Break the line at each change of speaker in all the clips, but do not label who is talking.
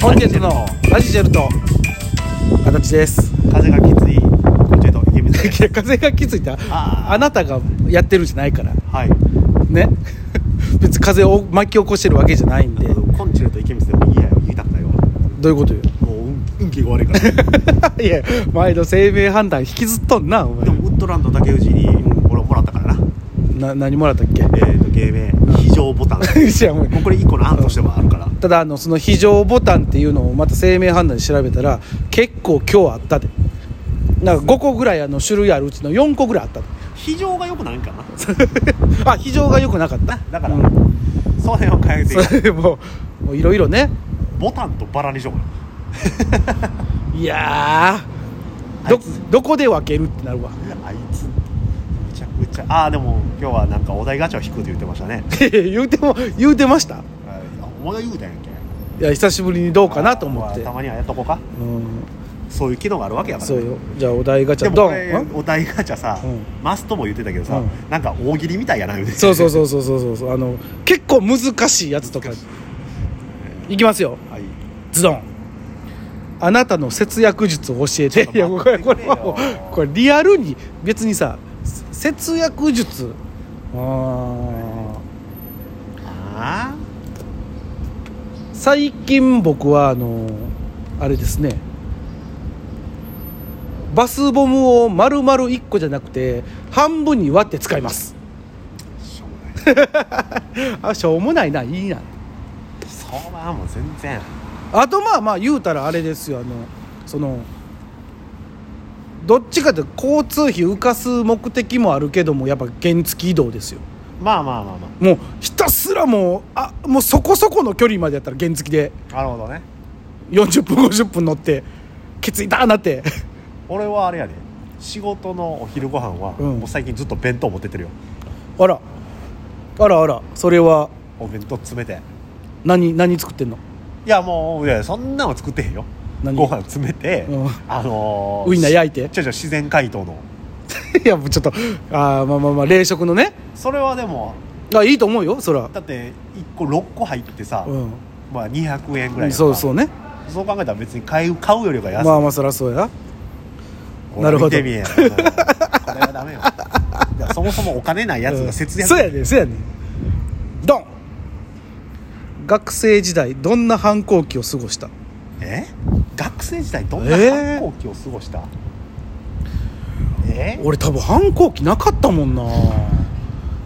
コンチェルトのラジチェルト
形です
風がきついコンチェルト池水です
風がきついってあ
あー
あなたがやってるんじゃないから
はい
ね 別に風を巻き起こしてるわけじゃないんで
コンチェルト池水でもいいやよ言いたくないわ
どういうことよ
もう運運気が悪い から
いや毎度生命判断引きずっとんなお
で
前
もウッドランド竹内に俺もらったからな
な何もらったっけ
えー、と芸名非常ボタンも
いやお前
うこれ一個の案としてはあるから
ただあのその非常ボタンっていうのをまた生命判断で調べたら結構今日あったでなんか5個ぐらいあの種類あるうちの4個ぐらいあったで
非常がよくないんかな
あ非常が良くなかった
だから、
うん
その辺を変えてい
そ
く
れでももういろいろね
ボタンとバラにしようかない
やー
あい
ど
つ
どこで分けるってなるわ
あいつむちゃくちゃああでも今日はなんかお題ガチャを引くって言ってましたね
言うても言うてました
あお前が言うたんやんけ
いや久しぶりにどうかなと思って
あたまにはやっとこうか
うん
そういう機能があるわけやから
そうよじゃあお題ガチ
で
ャ
も
ド
こ
ン
れ
ん
お題ガチャさ、
うん
マストも言ってたけどさ、
うん
なんか大喜利みたいやなみたいな
そうそうそうそうそうそうそうあの結構難しいやつとかいきますよ
はい
ズドンあなたの節約術を教え
ちょ
て
っ
いや
と
こ
待っ
れ
て
こ
く
れ
れよ
はもうこれリアルに別にさ節約術あ
あ
ー
あ
最近僕はあのあれですねバスボムを丸々1個じゃなくて半分に割って使います
しょうもない
あしょうもないないいな
そうはもう全然
あとまあまあ言うたらあれですよあのそのどっちかって交通費浮かす目的もあるけどもやっぱ原付移動ですよ
まあまあまあま
もうひたすらもうあもうそこそこの距離までやったら原付で
あなるほどね
40分50分乗ってケツいたーなって
俺はあれやで仕事のお昼ご飯は、
うん
もう最近ずっと弁当持ってってるよ
あらあらあらそれは
お弁当詰めて
何何作ってんの
いやもういやそんなの作ってへんよ
何
ご飯詰めて、
うん
あの
ウインナー
や
焼いて
ちょちょ自然解凍の
いやもうちょっとあーまあまあまあ冷食のね
それはでも
あいいと思うよそら
だって1個6個入ってさ、
うん
まあ200円ぐらい
そうそううね
そう考えたら別に買う買うよりが安い、
まあまあそらそうや
ほ
な
ら
るほど
見てみえ これはダメよいやそもそもお金ないやつが節約、
うんそうやねそうやねドン学生時代どんな反抗期を過ごした
え学生時代どんな
えー
反抗期を過ごしたえ
俺多分反抗期なかったもんな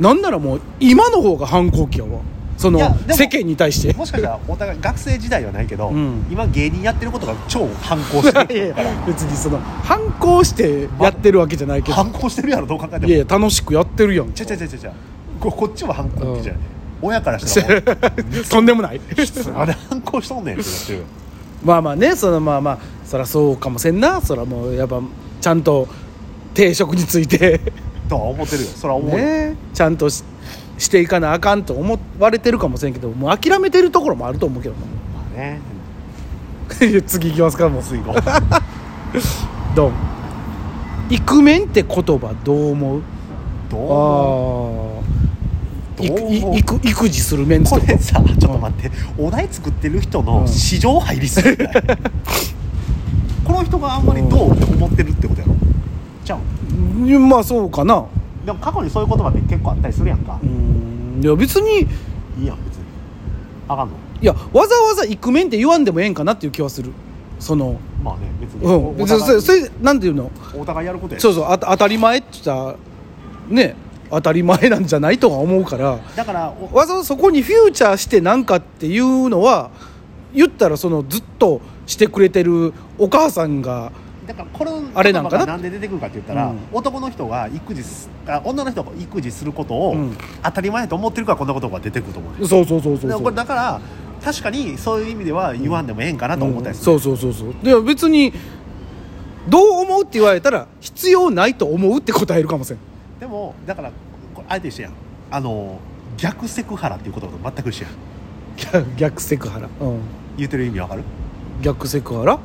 なんならもう今の方が反抗期やわその
いやでも
世間に対して
もしかしたらお互い学生時代はないけど、
うん
今芸人やってることが超反抗して
いやい
るから
や別にその反抗してやってるわけじゃないけど、
反抗してるやろどう考えても
いやいや楽しくやってるやん
ちゃちゃちゃちゃちゃここっちも反抗期じゃない、親からしたらも
とんでもない
う あれ反抗しとんねんってなってるよ
まあまあねそのまあまあそらそうかもせんなそらもうやっぱちゃんと定職について
とは思ってるよそれは思うよ、
ねちゃんとししていかなあかんと思われてるかもしれんけどもう諦めてるところもあると思うけど
まあね
ないや 次いきますからもう
次行こ
ドンイクメンって言葉どう思う
うどう思
ああ
うどう思う
育育児するメンツ
ことれさちょっと待って、お題作ってる人
うん
の市場入りすぎ ないこの人があんまりどうって思ってるってことやろじゃあ
うんまあそうかな
でも過去にそういう言葉って結構あったりするやんか
う、んいや別に
いいやん別にあかんの
いやわざわざイクメンって言わんでもええんかなっていう気はするその
まあね別に、
う
お
ん別にそれそれなんていうの
お互いやることやし
そうそうあた当たり前って言ったらね当たり前なんじゃないとは思うから
だからお
わざわざそこにフューチャーしてなんかっていうのは言ったらそのずっとしてくれてるお母さんが
だからこれ
あれなんかな
言葉がなんで出てくるかって言ったら、
うん
男の人が育児すあ女の人が育児することを
うん
当たり前と思ってるからこんなことが出てくると思うね、
そうそうそうそう
だから
そう
これだから確かにそういう意味では言わんでもええんかなと思ったりする、
そうそうそうそうでも別にどう思うって言われたら必要ないと思うって答えるかもしれん
でもだからこれあえて一緒やんあの逆セクハラっていう言葉と全く一緒やん
逆逆セクハラ、うん、
言ってる意味わかる
逆セクハラ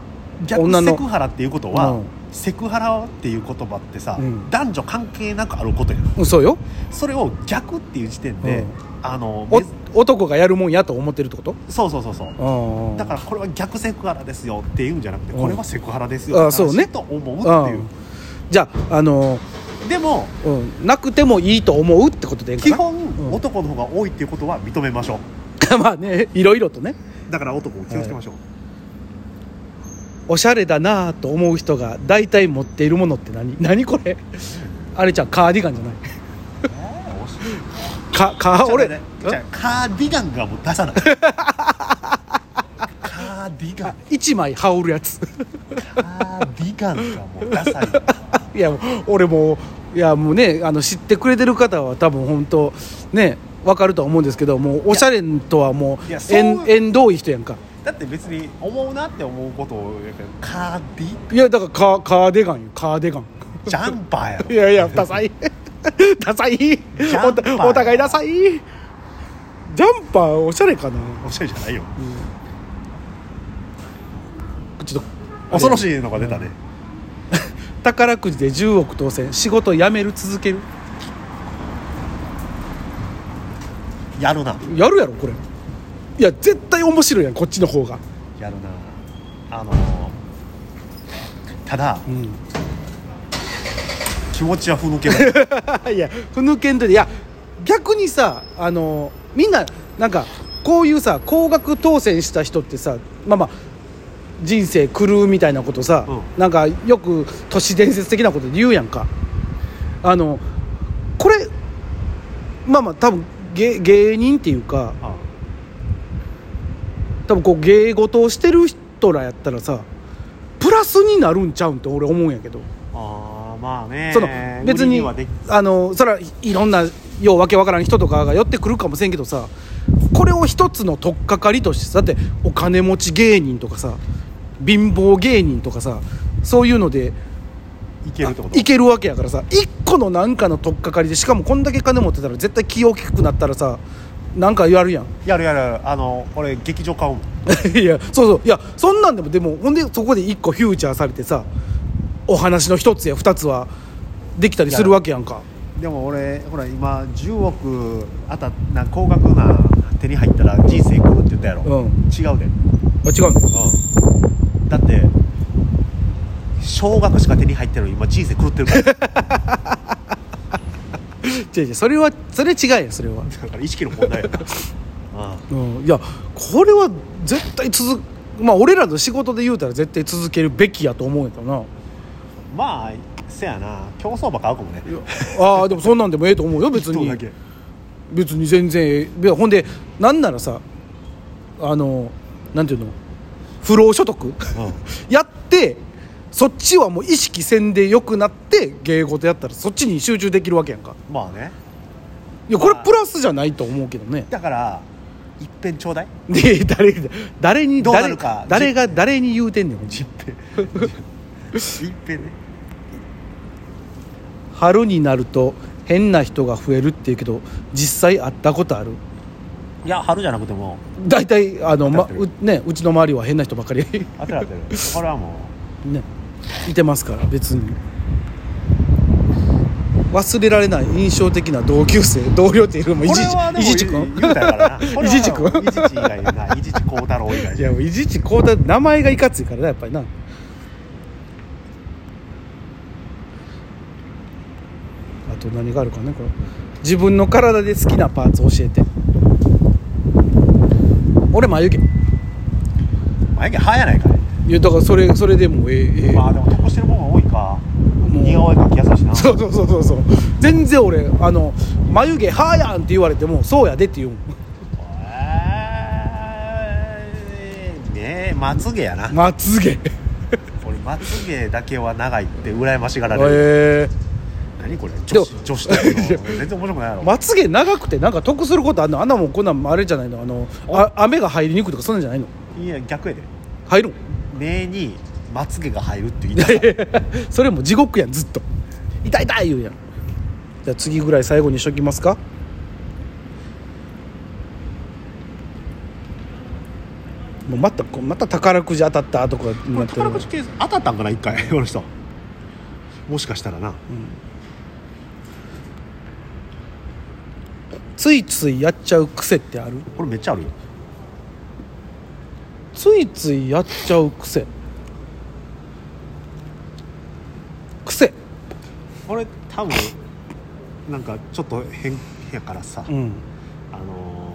逆
女の
セクハラっていうことは、
うん
セクハラっていう言葉ってさ、
うん
男女関係なくあることやん
そうよ
それを逆っていう時点で、
うん
あの
お
め
男がやるもんやと思ってるってこと
そうそうそうそう
うんうん
だからこれは逆セクハラですよっていうんじゃなくて
うん
これはセクハラです
あ
よ
あそう
正
ね
しいと思うっていう
うんじゃああの、
でも
うん、なくてもいいと思うってことでいいんか
基
な
本男の方が多いっていうことは認めましょ
まあねいろいろとね
うだから男を気をつけましょう、
おしゃれだなぁと思う人が大体持っているものって何何これあれじゃんカーディガンじゃない
えーおし
かか
ちょっと
俺
ねじゃあカーディガンがもう出さない カーディガン
一枚羽織るやつ
カーディガンがもうダサいよ
いやもう俺もういやもうねあの知ってくれてる方は多分本当ねわかるとは思うんですけどもうおしゃれとはも
いや
う
そう
縁縁遠い人やんか
だって別に思うなって思うことをやっぱカーディ
いやだからカカーディガンよカーディガン
ジャンパーやろ
いやいやダサい ダサい
ャンパー
おお互いダサいジャンパーおしゃれかな
おしゃれじゃないよ
ちょっと
恐ろしいのが出たね
宝くじで10億当選仕事辞める続ける
やるな
やるやろこれいや絶対面白いやんこっちの方が
やるなあのーただ
うん
気持ちはふぬけ ない
いやふぬけんといていや逆にさあのみんななんかこういうさ高額当選した人ってさまあまあ人生狂うみたいなことさ、
う
なんかよく都市伝説的なことで言うやんかあのこれまあまあ多分芸芸人っていうか
あ
多分こう芸事をしてる人らやったらさプラスになるんちゃうんって俺思うんやけど、
あーまあね
その
無
別
理
に
はでき
あのそらいいろんなようわけわからん人とかが寄ってくるかもしれんけどさこれを一つの取っかかりとしてさだってお金持ち芸人とかさ貧乏芸人とかさそういうので
いけるってこと
いけるわけやからさ一個のなんかの取っかかりでしかもこんだけ金持ってたら絶対気大きくなったらさなんかやるやん
やるやるやるあの俺劇場買うもん
いやそうそういやそんなんでもでもほんでそこで一個フューチャーされてさお話の一つや二つはできたりするわけやんか
でも俺ほら今10億あたな高額な手に入ったら人生来るって言ったやろ、
うん
違うで、
あ違うの
だって少額しか手に入ってるのに今人生狂ってるから
違う違うそれはそれ違うよそれは、
だから意識の問題やなあ
うん、いやこれは絶対続くまあ俺らの仕事で言うたら絶対続けるべきやと思うんやけど な
あまあせやな競走馬買うかもね
ああでもそんなんでもええと思うよ別
一頭
に
だけ
別に全然ええいやほんでなんならさあのなんていうの不労所得 やってそっちはもう意識せんでよくなって芸事やったらそっちに集中できるわけやんか
まあね
いやこれ
まあ
プラスじゃないと思うけどね
だから一遍ちょうだい
で誰誰に
どうな
誰
るか
誰が誰に言うてんねん
一遍一遍ね
春になると変な人が増えるっていうけど実際会ったことある
いや春じゃなくても
大体あの、ま
会った
うね、うちの周りは変な人ばっかり、
当てられてるこれはも
ね、いてますから別に忘れられない印象的な同級生同僚っていうより
う
もいじち
これはでも
いじちくん
言うたからなこれはもう
いじちくん
いじち以外ないじち孝太郎以外
いやもういじちこうだ名前がいかついからなやっぱりなあと何があるかねこれ自分の体で好きなパーツ教えて俺眉毛
眉毛生やないかい
いやだからそれそれでもええええ
まあでも得してるもんが多いか
もう
似顔絵描きやすいしな
そうそうそうそうそう全然俺あの眉毛はーやんって言われてもそうやでって言うもん
えーねえまつげやな
まつげへ
俺まつげだけは長いって羨ましがられる、
え
何これ女子女子とか の全然面白くないやろ、
まつげ長くてなんか得することあんのあんなもんこんなんあれじゃないのあのあ雨が入りにくいとかそんなんじゃないの
いや逆やで
入るん
目にまつげが入るって言いたい
それも地獄やんずっと痛い痛い言うやんじゃあ次ぐらい最後にしときますかもうまたこうまた宝くじ当たったとかに
こ
な
れ
ってる
宝くじケース当たったんかな一回 この人もしかしたらな、
ついついやっちゃう癖ってある
これめっちゃあるよ
ついついやっちゃう癖癖
俺多分なんかちょっと変やからさ、
うん
あのー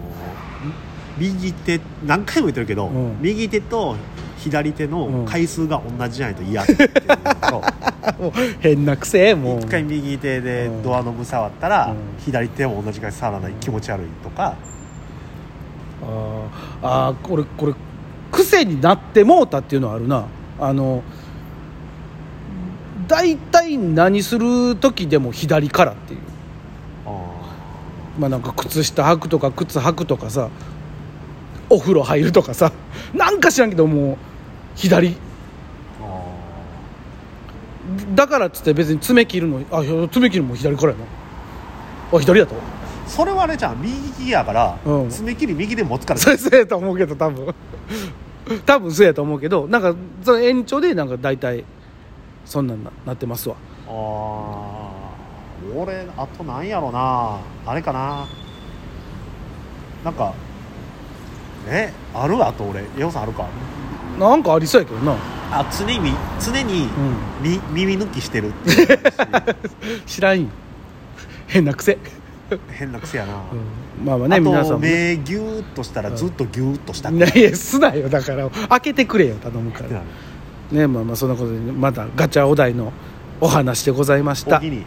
右手何回も言ってるけど、
うん
右手と左手
う
の
ん
回数が同じじゃないと嫌っていうのと
もう変な癖もう
一回右手でドアノブ触ったら、
うん
左手も同じ回数触らない気持ち悪いとか、
あーあーこれこれ癖になってもうたっていうのはあるなあの大体何する時でも左からっていう
あ
まあなんか靴下履くとか靴履くとかさお風呂入るとかさなんか知らんけどもう左
ーあ
だからっつって別に爪切るのあいや爪切るのも左からやなあ左だと
ーそれはあれじゃん右利きやから、
うん
爪切り右で持つから
それそうやと思うけど多分 多分そうやと思うけどなんかその延長でなんか大体そんなんななってますわ
あー俺あとなんやろなあれかななんかえあるあと俺ヨウさんあるか
なんかありそうやけどな、
あ常に常に、
うん、
み耳抜きしてるって いうのもある
知らんよ 変な癖、
し変な癖やな、
うん、まあまあね皆
あ
さ
と
んもね
目ギューッとしたらずっとギューッとしたく
い
な
や
る
いやすなよだから開けてくれよ頼むからねまあまあそんなことでまたガチャお題のお話でございまし
お
た
気に